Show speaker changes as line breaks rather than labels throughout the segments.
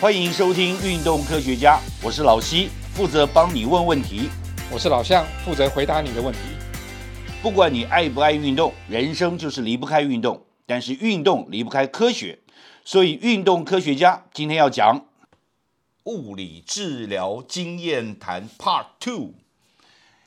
欢迎收听《运动科学家》，我是老西，负责帮你问问题。
我是老向，负责回答你的问题。
不管你爱不爱运动，人生就是离不开运动，但是运动离不开科学，所以运动科学家今天要讲物理治疗经验谈 Part Two。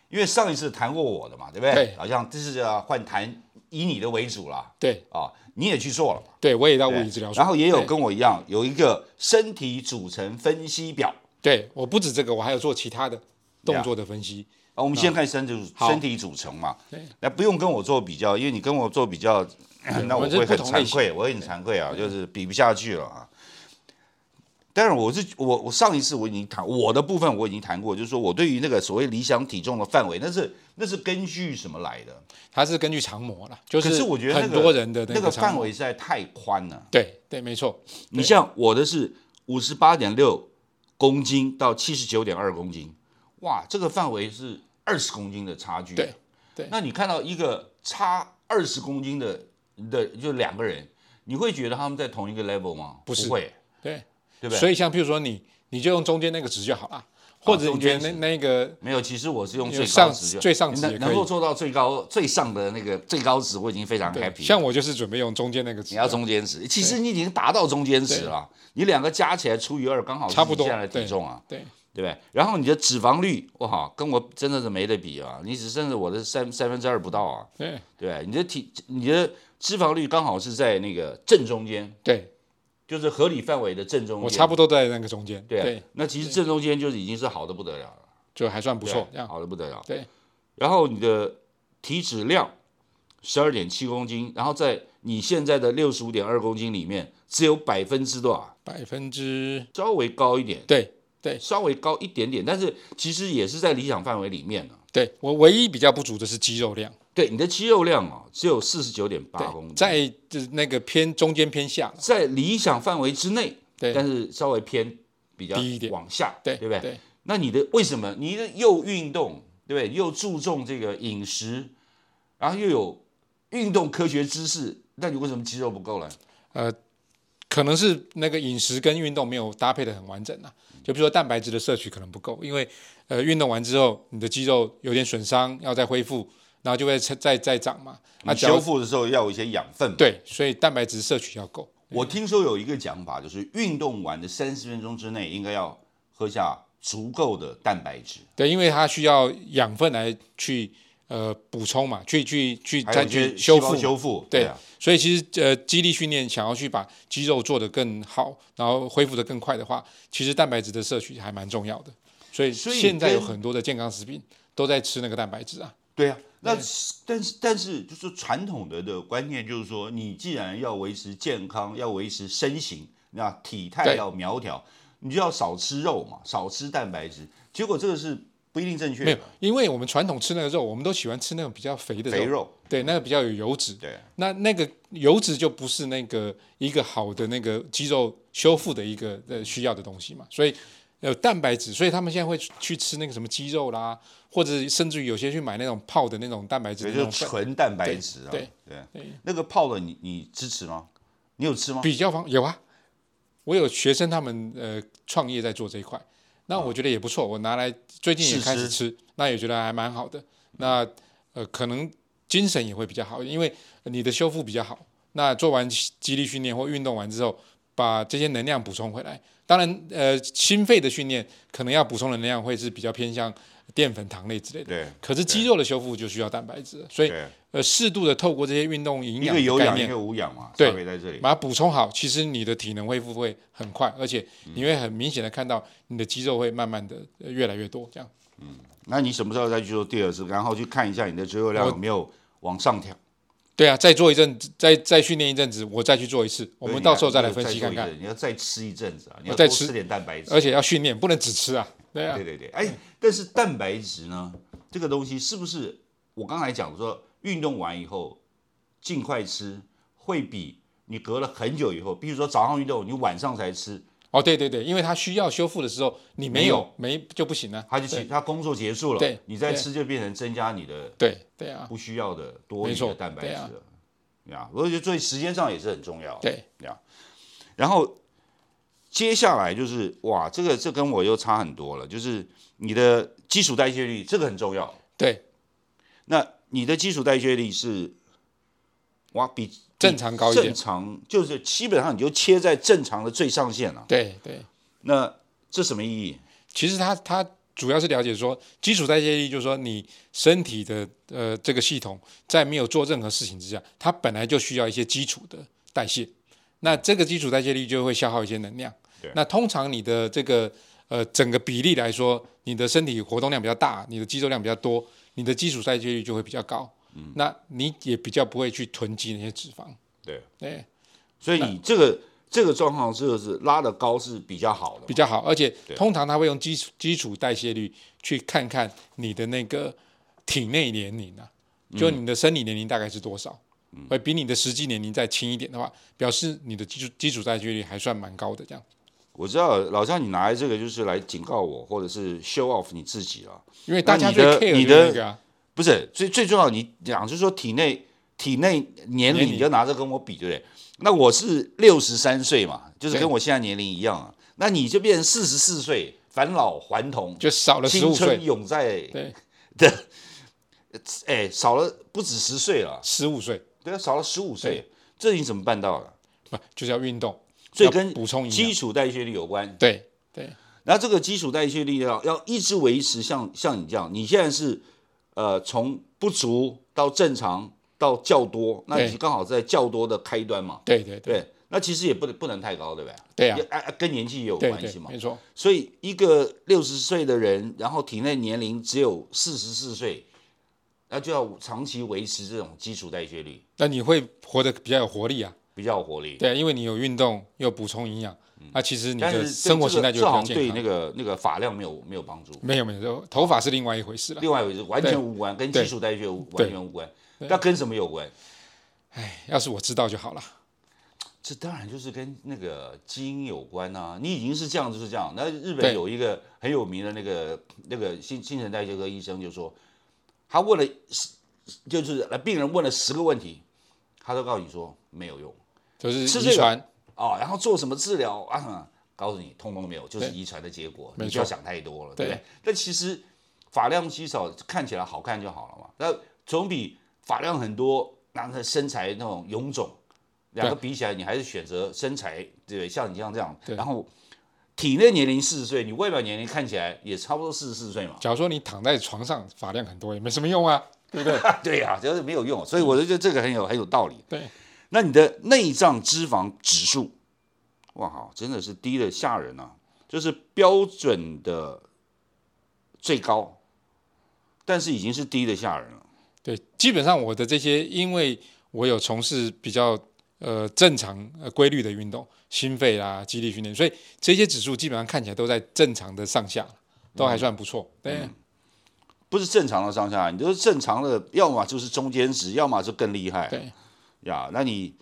因为上一次谈过我的嘛，对不对？
对
好像这次要换谈以你的为主啦，
对
啊，你也去做了嘛，
对，我也到物
对
理治疗所，
然后也有
对
跟我一样有一个身体组成分析表。
对我不止这个，我还有做其他的动作的分析。
啊，我们先看身体组
好
身体组成嘛
对，
那不用跟我做比较，因为你跟我做比 较，那我
我们是
会很
不同类
惭
型
愧，我会很惭愧啊，就是比不下去了啊。但是我是我我上一次我已经谈我的部分我已经谈过，就是说我对于那个所谓理想体重的范围，那是那是根据什么来的？
它是根据长模啦，就
可是我觉得那
很
个
多人的
那
个
个
长
范
模。
围实在太宽了。
对对，没错，
你像我的是五十八点六公斤到七十九点二公斤，哇，这个范围是二十公斤的差距。
对对
那你看到一个差二十公斤的的就两个人，你会觉得他们在同一个 level 吗？
不是
会，
对
对不对？
所以像譬如说你，你就用中间那个值就好啦，或者你觉
中
得
间值
那那个
没有，其实我是用最高
上
值就，
最上值也
能
可
能
以
够做到最高最上的那个最高值，我已经非常
对
happy 了。
像我就是准备用中间那个值
你，要中间值，其实你已经达到中间值了，你两个加起来除以二，刚好是
差不
你
多
现在的体
对
重啊。
对
对不对？然后你的脂肪率，哇，跟我真的是没得比啊！你只剩着我的三三分之二不到啊，
对
对不对？你的体你的脂肪率刚好是在那个正中间，
对，
就是合理范围的正中间。
我差
不
不多在那个中间，
对,、啊
对，
那其实正中间就是已经是好的不得了了，
就还算不
对啊
错，这样
好的不得了。
对。
然后你的体脂量十二点七公斤，然后在你现在的六十五点二公斤里面，只有百分之多少？
百分之
稍微高一点，
对
稍微高一点点，但是其实也是在理想范围里面的、
对，我唯一比较不足的是肌肉量，
对，你的肌肉量哦，只有四十九点八公
对，
斤，
在就是那个偏中间偏下，
在理想范围之内，
对
但是稍微偏比较
低一点
往下，
对
对不对？
对
那你的为什么你的又运动，对不对？又注重这个饮食，然后又有运动科学知识，那你为什么肌肉不够呢？
可能是那个饮食跟运动没有搭配的很完整啊。就比如说蛋白质的摄取可能不够，因为呃运动完之后你的肌肉有点损伤，要再恢复，然后就会再再再长嘛。那
你
只要
修复的时候要有一些养分嘛。
啊对，所以蛋白质摄取要够。
我听说有一个讲法，就是运动完的三十分钟之内，应该要喝下足够的蛋白质，
对，因为它需要养分来去呃补充嘛，去去去
还有
再
一些
去
细
修
胞
复
修复，
对
啊。
所以其实呃，肌力训练想要去把肌肉做得更好，然后恢复得更快的话，其实蛋白质的摄取还蛮重要的。所以
所以
现在有
跟
很多的健康食品都在吃那个蛋白质啊。
对呀、那是但是但是就是传统的的观念就是说，你既然要维持健康，要维持身形，那体态
对
要苗条，你就要少吃肉嘛，少吃蛋白质。结果这个是不一定正确
没有
的，，
因为我们传统吃那个肉，我们都喜欢吃那种比较肥的
肥
肉，
肉
对，那个比较有油脂。
对，
那那个油脂就不是那个一个好的那个肌肉修复的一个呃需要的东西嘛，所以有蛋白质，所以他们现在会去去吃那个什么鸡肉啦，或者甚至于有些去买那种泡的那种蛋白质
也
的
就
那
是
种粉
纯蛋白质啊。
对
对，那个泡的你你支持吗？你有吃吗？
比较方有啊，我有学生他们呃创业在做这一块，那我觉得也不错，我拿来最近也
试
开始
吃
吃，那也觉得还蛮好的。那呃可能精神也会比较好，因为你的修复比较好。那做完肌力训练或运动完之后，把这些能量补充回来。当然，呃，心肺的训练可能要补充的能量会是比较偏向淀粉、糖类之类的。
对，
可是肌肉的修复就需要蛋白质了，所以
对，
呃，适度的透过这些运动营
一
养
个
的
有
概
氧，
念
一个无氧嘛，
对
差别在这里。
把它补充好，其实你的体能恢复会很快，而且你会很明显的看到你的肌肉会慢慢的越来越多，这样。
那你什么时候再去做第二次，然后去看一下你的肌肉量有没有往上调？
对啊，再做一阵子，再再训练一阵子，我再去做一次，我
所以
们
你
到
还
时候再来
你
分析
做
看
一
看。
阵你要再吃一阵子啊，你要
再
多
吃
吃点蛋白质。
而且要训练，不能只吃啊。对啊
对，对对，哎，但是蛋白质呢，这个东西是不是我刚才讲说，运动完以后尽快吃，会比你隔了很久以后，比如说早上运动，你晚上才吃，
哦，对对对，因为它需要修复的时候，你没有没就不行啊。
他就其他工作结束了，
对
你再
对
吃就变成增加你的
对对啊，
不需要的多余
没错
的蛋白质
对啊
了，啊呀，我觉得所以时间上也是很重要，
对
呀，然后接下来就是哇，这个这跟我又差很多了，就是你的基础代谢率，这个很重要。
对，
那你的基础代谢率是哇比
正常高一点
正常就是基本上你就切在正常的最上限了、
对对，
那这什么意义？
其实它它主要是了解说基础代谢率，就是说你身体的呃这个系统在没有做任何事情之下，它本来就需要一些基础的代谢，那这个基础代谢率就会消耗一些能量
对。
那通常你的这个呃整个比例来说，你的身体活动量比较大，你的肌肉量比较多，你的基础代谢率就会比较高。嗯，那你也比较不会去囤积那些脂肪。哎
对
对，
所以你这个这个状况就是拉的高是比较好的嘛，
比较好，而且通常他会用基础基础代谢率去看看你的那个体内年龄啊，
嗯
就你的生理年龄大概是多少，会比你的实际年龄再轻一点的话，表示你的基础基础代谢率还算蛮高的这样。
我知道老张，你拿来这个就是来警告我，或者是 show off 你自己了。
因为大
那
家
你
最
的
care
你
就是
的
那个啊，
不是最最重要，你讲就是说体内体内年
年
龄，
龄
你就拿这跟我比，对不对？那我是六十三岁嘛，就是
对
跟我现在年龄一样啊。那你就变成四十四岁，返老还童，
就少了十
青
五
春
岁，
永在。
对，
的，哎，少了不止十岁了，
十五岁
对啊，少了十五岁，这你怎么办到的？
不就是要运动，
所以
要
跟
补充营
基
养，
础代谢率有关。
对对
然后这个基础代谢率要要一直维持像，像你这样，你现在是呃从不足到正常到较多，那你
对
刚好在较多的开端嘛，
对对对
对，那其实也不能不能太高，对不对？
对啊
也，啊，啊跟年纪也有
对
关
对
系嘛。
没错，
所以一个六十岁的人，然后体内年龄只有四十四岁，那就要长期维持这种基础代谢率，
那你会活得比较有活力啊。
比较有活力。
对，因为你有运动，又补充营养，那、其实你
嗯但是
的
对
生活
这个
形态就
这
会
好
比
像
较健
对
康。
那个那个发量没有没有帮助。
没有没有，头发是另外一回事了。
另外一回事完全无关，跟
对
技术代谢无
对
完全无关。那跟什么有关？
哎，要是我知道就好了。
这当然就是跟那个基因有关啊！你已经是这样就是这样。那日本
对
有一个很有名的那个那个新新陈代谢科医生就说，他问了十，就是呃病人问了十个问题，他都告诉你说没有用
就是
是
遗
这个
传，
哦，然后做什么治疗啊？告诉你，通通没有，就是
对
遗传的结果，
没
你不要
错
想太多了，对不
对
对？但其实发量稀少，看起来好看就好了嘛，那总比发量很多，那那身材那种臃肿，两个比起来，你还是选择身材，对不对？像你这样这样，
对
然后体内年龄四十岁，你外表年龄看起来也差不多四十四岁嘛，
假如说你躺在床上，发量很多也没什么用啊。
对呀、就是没有用，所以我就觉得这个很有很有道理。
对，
那你的内脏脂肪指数，哇靠，真的是低的吓人啊！就是标准的最高，但是已经是低的吓人了。
对，基本上我的这些，因为我有从事比较呃正常呃规律的运动，心肺啦、肌力训练，所以这些指数基本上看起来都在正常的上下，都还算不错。
嗯
对，
不是正常的上下，你都是正常的，要么就是中间值，要么就更厉害。
对
呀，那你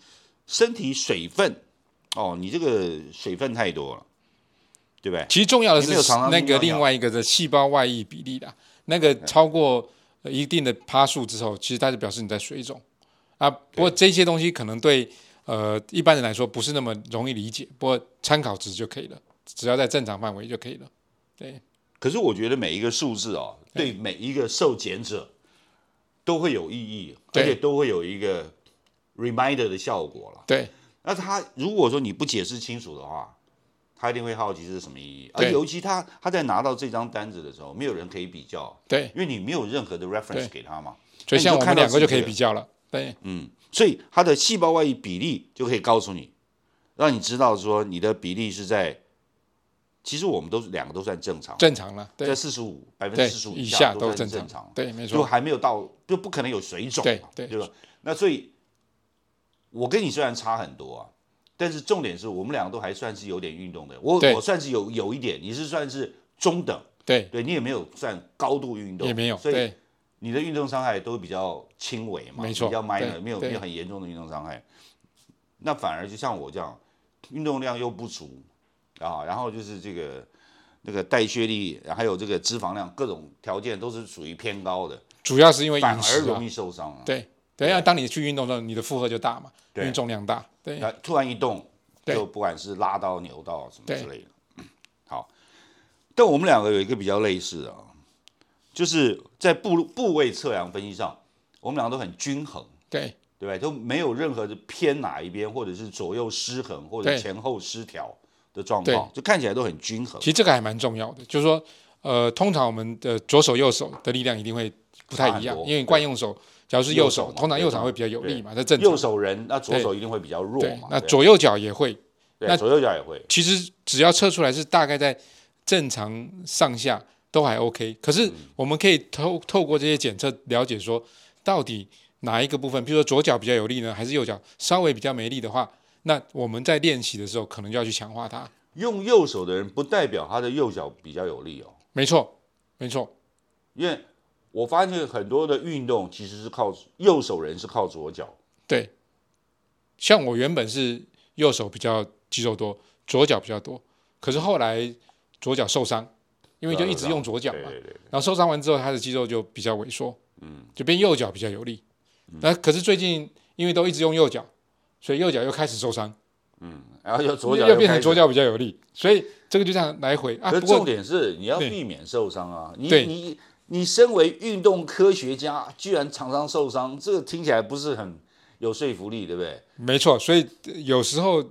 身体水分，哦，你这个水分太多了，对不对？
其实重要的
你
是
没有常常
那
尿
个
尿
另外一个的细胞外溢比例啦，那个超过呃一定的趴数之后，其实它就表示你在水肿啊。不过这些东西可能对呃一般人来说不是那么容易理解，不过参考值就可以了，只要在正常范围就可以了。对
可是我觉得每一个数字哦，对每一个受检者都会有意义，而
对
且都会有一个 reminder 的效果了。
对
那他如果说你不解释清楚的话，他一定会好奇这是什么意义。而
对
尤其他他在拿到这张单子的时候，没有人可以比较，
对，
因为你没有任何的 reference
对
给他嘛，
所以像我
那你就看
们
到
两个就可
自己
以
的
比较了。对
嗯，所以他的细胞外溢比例就可以告诉你，让你知道说你的比例是在，其实我们都是两个都算正常，
正常了，
在
对
四十五百分
对
之四十五
以
下
都
算是正
常
常，。
对没
就
错，
还没有到，就不可能有水肿嘛，
对对
吧？那所以，我跟你虽然差很多啊，但是重点是我们两个都还算是有点运动的，我
对
我算是有有一点，你是算是中等，
对
对你也没有算高度运动，
也没有
所以
对
你的运动伤害都比较轻微嘛，
没错
比较 minor，
对
没有
对
没有很严重的运动伤害。那反而就像我这样，运动量又不足啊，然后就是这个那个代谢力，还有这个脂肪量，各种条件都是属于偏高的。
主要是因为
反
饮
而
食啊
容，易受伤啊。
对对，要当你去运动的时候，你的负荷就大嘛，因为重量大，对
那突然一动，
对
就不管是拉刀、牛刀什么
对
之类的。好，但我们两个有一个比较类似啊，就是在部部位测量分析上，我们两个都很均衡，
对
对不对？都没有任何的偏哪一边，或者是左右失衡，或者
对
前后失调的状况，就看起来都很均衡
其。实这个还蛮重要的，就是说，呃，通常我们的左手右手的力量一定会不
差
太
很
一样
多，
因为你惯用手，假如是右
右手
手，
嘛
通常
对
右手
吧
会比较有
对
力嘛，这正常
右。手人，那左手一定会比较弱
对
嘛，。
那
对
左右脚也会，
对
那
左右脚也会，
其实只要测出来是大概在正常上下都还 OK。可
嗯
是我们可以透透过这些检测了解说，到底哪一个部分，比如说左脚比较有力呢，还是右脚稍微比较没力的话，那我们在练习的时候可能就要去强化它。
用右手的人不代表他的右脚比较有力哦，
没错，没错，
因为我发现很多的运动其实是靠右手人是靠左脚，
对。像我原本是右手比较肌肉多，左脚比较多，可是后来左脚受伤，因为就一直用左脚啊
对
嘛，
对对，
然后受伤完之后，他的肌肉就比较萎缩，嗯，就变右脚比较有力。
嗯
那可是最近因为都一直用右脚，所以右脚又开始受伤，
然后就左脚
又
又
变
开始
成左。脚比较有力，所以这个就这样来回啊。
可
不
是重
过
点是你要
对
避免受伤啊，你
对
你你身为运动科学家，居然常常受伤，这个听起来不是很有说服力，对不对？
没错，所以呃有时候呃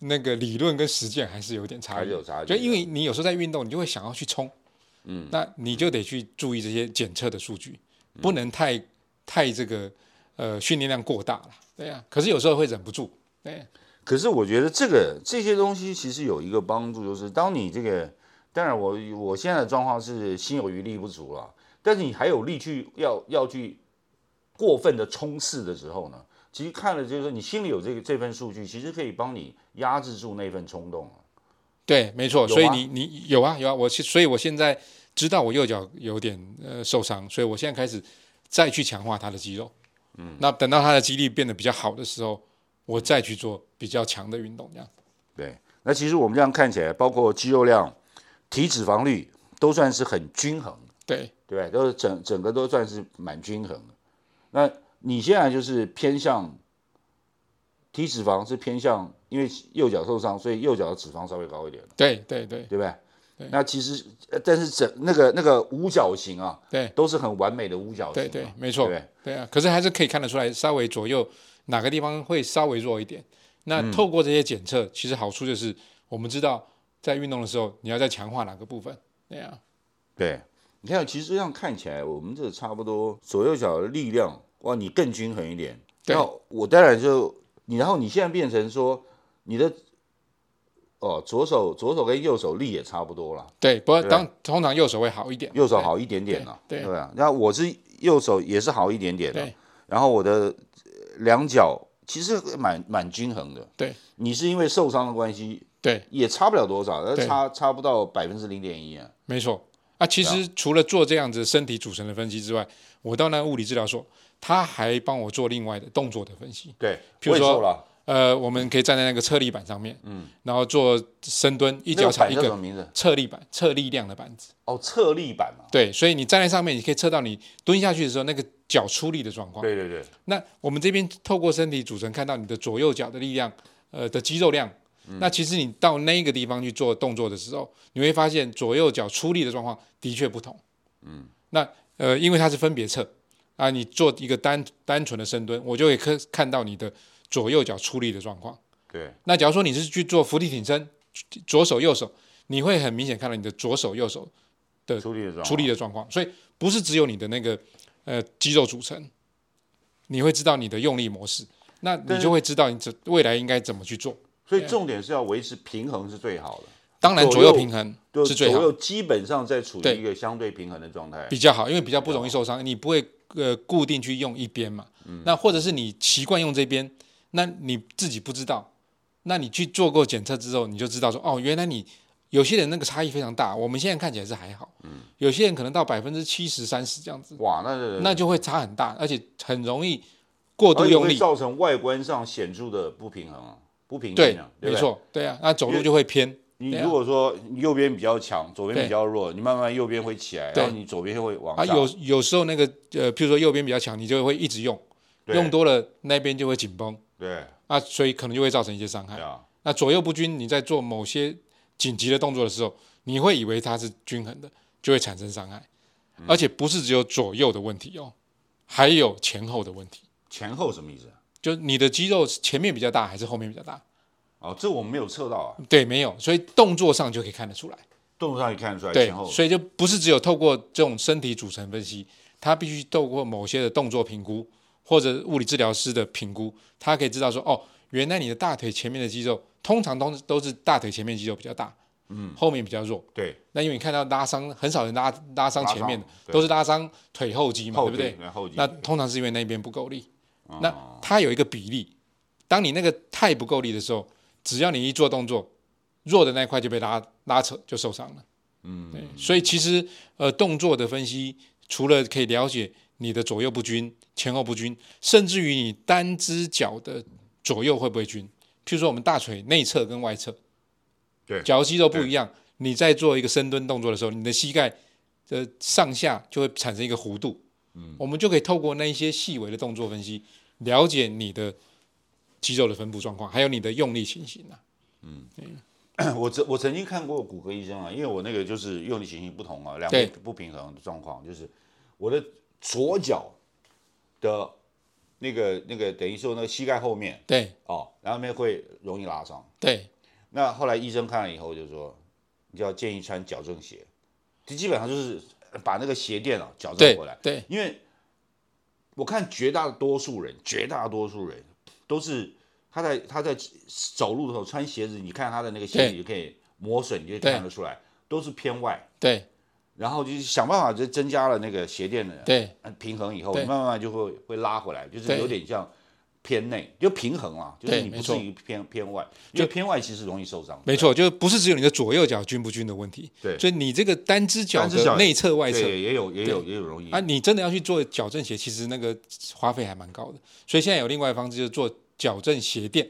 那个理论跟实践还是有点差
还是
异
有。差距
啊就
的，
因为你有时候在运动，你就会想要去冲，嗯，那你就得去注意这些检测的数据，不能太太这个呃训练量过大了，对呀、可是有时候会忍不住，对、
可是我觉得这个这些东西其实有一个帮助，就是当你这个，当然我我现在的状况是心有余力不足了，但是你还有力去要要去过分的冲刺的时候呢，其实看了就是说你心里有这个这份数据，其实可以帮你压制住那份冲动啊。
对，没错。
有
所以
吗
你你有啊有啊，我现所以我现在知道我右脚有点呃受伤，所以我现在开始再去强化他的肌肉。嗯，那等到他的肌力变得比较好的时候，我再去做比较强的运动，这样。
对，那其实我们这样看起来，包括肌肉量、体脂肪率都算是很均衡的。
对
对不对？都是整整个都算是蛮均衡的。那你现在就是偏向体脂肪是偏向，因为右脚受伤，所以右脚的脂肪稍微高一点，
对对对
对不对？那其实，呃但是整那个那个五角形啊，
对，
都是很完美的五角形、啊，
对对，没错
对不对，
对啊。可是还是可以看得出来，稍微左右哪个地方会稍微弱一点。那
嗯
透过这些检测，其实好处就是我们知道在运动的时候你要再强化哪个部分。对啊，
对，你看，其实这样看起来，我们这个差不多左右脚的力量，哇，你更均衡一点。
对
那我当然就你，然后你现在变成说你的哦，左手左手跟右手力也差不多了，
对。不过
对
当通常右手会好一点，
右手
对
好一点点了，
对对
对吧？那我是右手也是好一点点的
对，
然后我的呃两脚其实蛮蛮均衡的。
对，
你是因为受伤的关系，
对，
也差不了多少，那
对
差差不到百分之零点一啊。
没错。啊，其实除了做这样子身体组成的分析之外，我到那物理治疗所，他还帮我做另外的动作的分析。
对，
譬如
我也
说
瘦了，
呃，我们可以站在那个侧立板上面，嗯，然后做深蹲，一
一
脚踩一
叫什
个
么名字？
侧立板、侧力量的板子。
哦，侧立板嘛。
对，所以你站在上面，你可以测到你蹲下去的时候那个脚出力的状况。
对对对，
那我们这边透过身体组成看到你的左右脚的力量，呃的肌肉量。那其实你到那个地方去做动作的时候，你会发现左右脚出力的状况的确不同。嗯，那呃，因为它是分别测啊，你做一个单单纯的深蹲，我就会看看到你的左右脚出力的状况。
对，
那假如说你是去做伏地挺身，左手右手，你会很明显看到你的左手右手
出力的状况
处理的状况，所以不是只有你的那个呃肌肉组成，你会知道你的用力模式，那
但
你
是
就会知道你这未来应该怎么去做。
所以重点是要维持平衡是最好的，
当然，
左
左
右
右平衡
就是
最
左
好
右基本上在处于
对
一个相对平衡的状态。
比较好，因为比较不容易受伤，你不会呃固定去用一边嘛。
嗯
那或者是你习惯用这边，那你自己不知道，那你去做过检测之后，你就知道说哦，原来你有些人那个差异非常大，我们现在看起来是还好，
嗯
有些人可能到百分之七十、三十这样子，
哇，那
那就会差很大，而且很容易过度
而且
用
会
力。
造成外观上显著的不平衡啊，不平
对
衡啊，，对
没
不对。
错，对啊，那走路就会偏，
你
对啊
如果说右边比较强，左边
对啊
比较弱，你慢慢右边会起来，
对
然后你左边会往
啊，
上。
有有时候那个呃，譬如说右边比较强，你就会一直用，
对
用多了那边就会紧绷
对
哎啊，所以可能就会造成一些伤害
对。啊，
那左右不均，你在做某些紧急的动作的时候，你会以为它是均衡的，就会产生伤害，
嗯
而且不是只有左右的问题哦，还有前后的问题，
前后什么意思？
就你的肌肉前面比较大还是后面比较大？
哦，这我们没有测到啊，
对，没有，所以动作上就可以看得出来。
动作上也看得出来
对
前后，。
所以就不是只有透过这种身体组成分析，他必须透过某些的动作评估或者物理治疗师的评估，他可以知道说，哦，原来你的大腿前面的肌肉通常都是都是大腿前面肌肉比较大，嗯，后面比较弱。
对，
那因为你看到拉伤，很少人拉拉伤前面的
拉，伤
都是拉伤腿后肌嘛，
后
对不对
腿？然后后颈
那通常是因为那边不够力。
哦
那它有一个比例，当你那个太不够力的时候，只要你一做动作，弱的那一块就被拉拉扯，就受伤了。嗯，对，所以其实呃，动作的分析除了可以了解你的左右不均、前后不均，甚至于你单只脚的左右会不会均，譬如说我们大腿内侧跟外侧，
对
脚肌肉不一样，你在做一个深蹲动作的时候，你的膝盖的上下就会产生一个弧度。嗯，我们就可以透过那一些细微的动作分析，了解你的肌肉的分布状况，还有你的用力情形啊。
我曾我曾经看过骨骼医生啊，因为我那个就是用力情形不同啊，两个
对
不平衡的状况，就是我的左脚的那个那个等于说那个膝盖后面
对
哦，然后面会容易拉伤。
对，
那后来医生看了以后就说，你就要建议穿矫正鞋，就基本上就是把那个鞋垫啊矫正
对
回来，
对
因为我看绝大多数人，绝大多数人都是他在他在走路的时候穿鞋子，你看他的那个鞋
对
底就可以磨损，你就
对
看得出来，都是偏外，
对
然后就是想办法就增加了那个鞋垫的
对
平衡以后，
对
慢慢慢就会会拉回来，就是
对
有点像偏内，就平衡啦，就是
对
你不
没
至
错
于偏偏外，因为偏外其实容易受伤，
没错，就不是只有你的左右脚均不均的问题，
对
所以你这个单只脚
单只脚
的内侧、外侧
对，也有也有也有容易
啊，你真的要去做矫正鞋，其实那个花费还蛮高的，所以现在有另外一方式，就是做矫正鞋垫。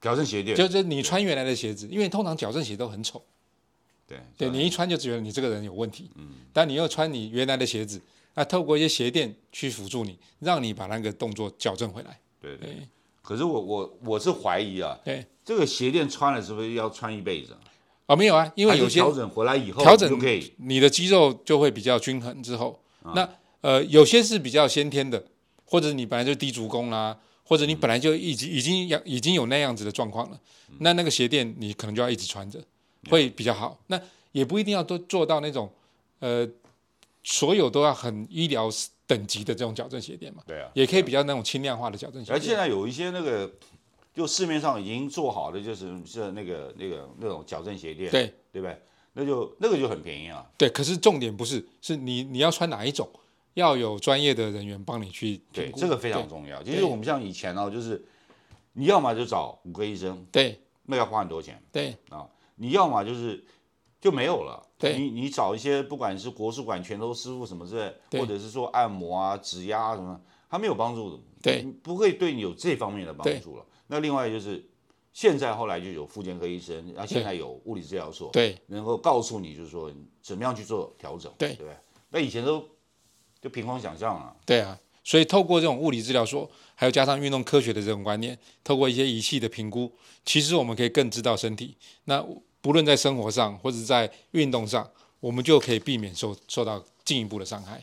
矫正鞋垫，
就是你穿原来的鞋子，因为通常矫正鞋都很丑，
对
对你一穿就觉得你这个人有问题。嗯，但你又穿你原来的鞋子，那透过一些鞋垫去辅助你，让你把那个动作矫正回来。
对对。可是我我我是怀疑啊，
哎对，
这个鞋垫穿了是不是要穿一辈子啊？
哦，没有啊，因为
还是
有些
调整回来以后，
调整
就可以
你的肌肉就会比较均衡。之后，
啊
那呃，有些是比较先天的，或者你本来就低足弓啦，或者
嗯
你本来就已经已经要已经有那样子的状况了，那那个鞋垫你可能就要一直穿着，会比较好。那也不一定要都做到那种呃，所有都要很医疗等级的这种矫正鞋垫嘛，
对啊。
也可以比较那种轻量化的矫正鞋
而现
垫。
在有一些那个，就市面上已经做好的，就是是那个那个那种矫正鞋垫，
对
对不对？那就那个就很便宜啊，
对，可是重点不是是你你要穿哪一种，要有专业的人员帮你去
对
评，估
这个非常重要。其实我们像以前呢、就是你要么就找骨科医生，
对
那要花很多钱。
对
你要么就是就没有了，
对
你你找一些不管是国术馆拳头师傅什么之类，
对
或者是说按摩啊、指压啊什么，它没有帮助的，
对，
不会对你有这方面的帮
对
助了。那另外就是现在后来就有复健科医生，然后现在有物理治疗所，
对
能够告诉你就是说怎么样去做调整，
对
对不对？那以前都就凭空想象了，
对啊，所以透过这种物理治疗所，还有加上运动科学的这种观念，透过一些仪器的评估，其实我们可以更知道身体。那不论在生活上或者在运动上，我们就可以避免受受到进一步的伤害。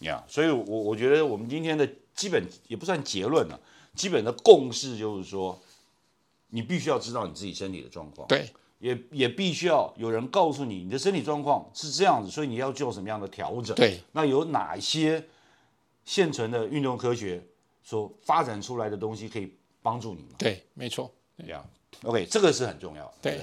呀、所以我我觉得我们今天的基本也不算结论了，基本的共识就是说，你必须要知道你自己身体的状况。
对
也也必须要有人告诉你你的身体状况是这样子，所以你要做什么样的调整。，
对
那有哪些现存的运动科学所发展出来的东西可以帮助你吗？
对，没错。
这样，OK，这个是很重要的。
对
不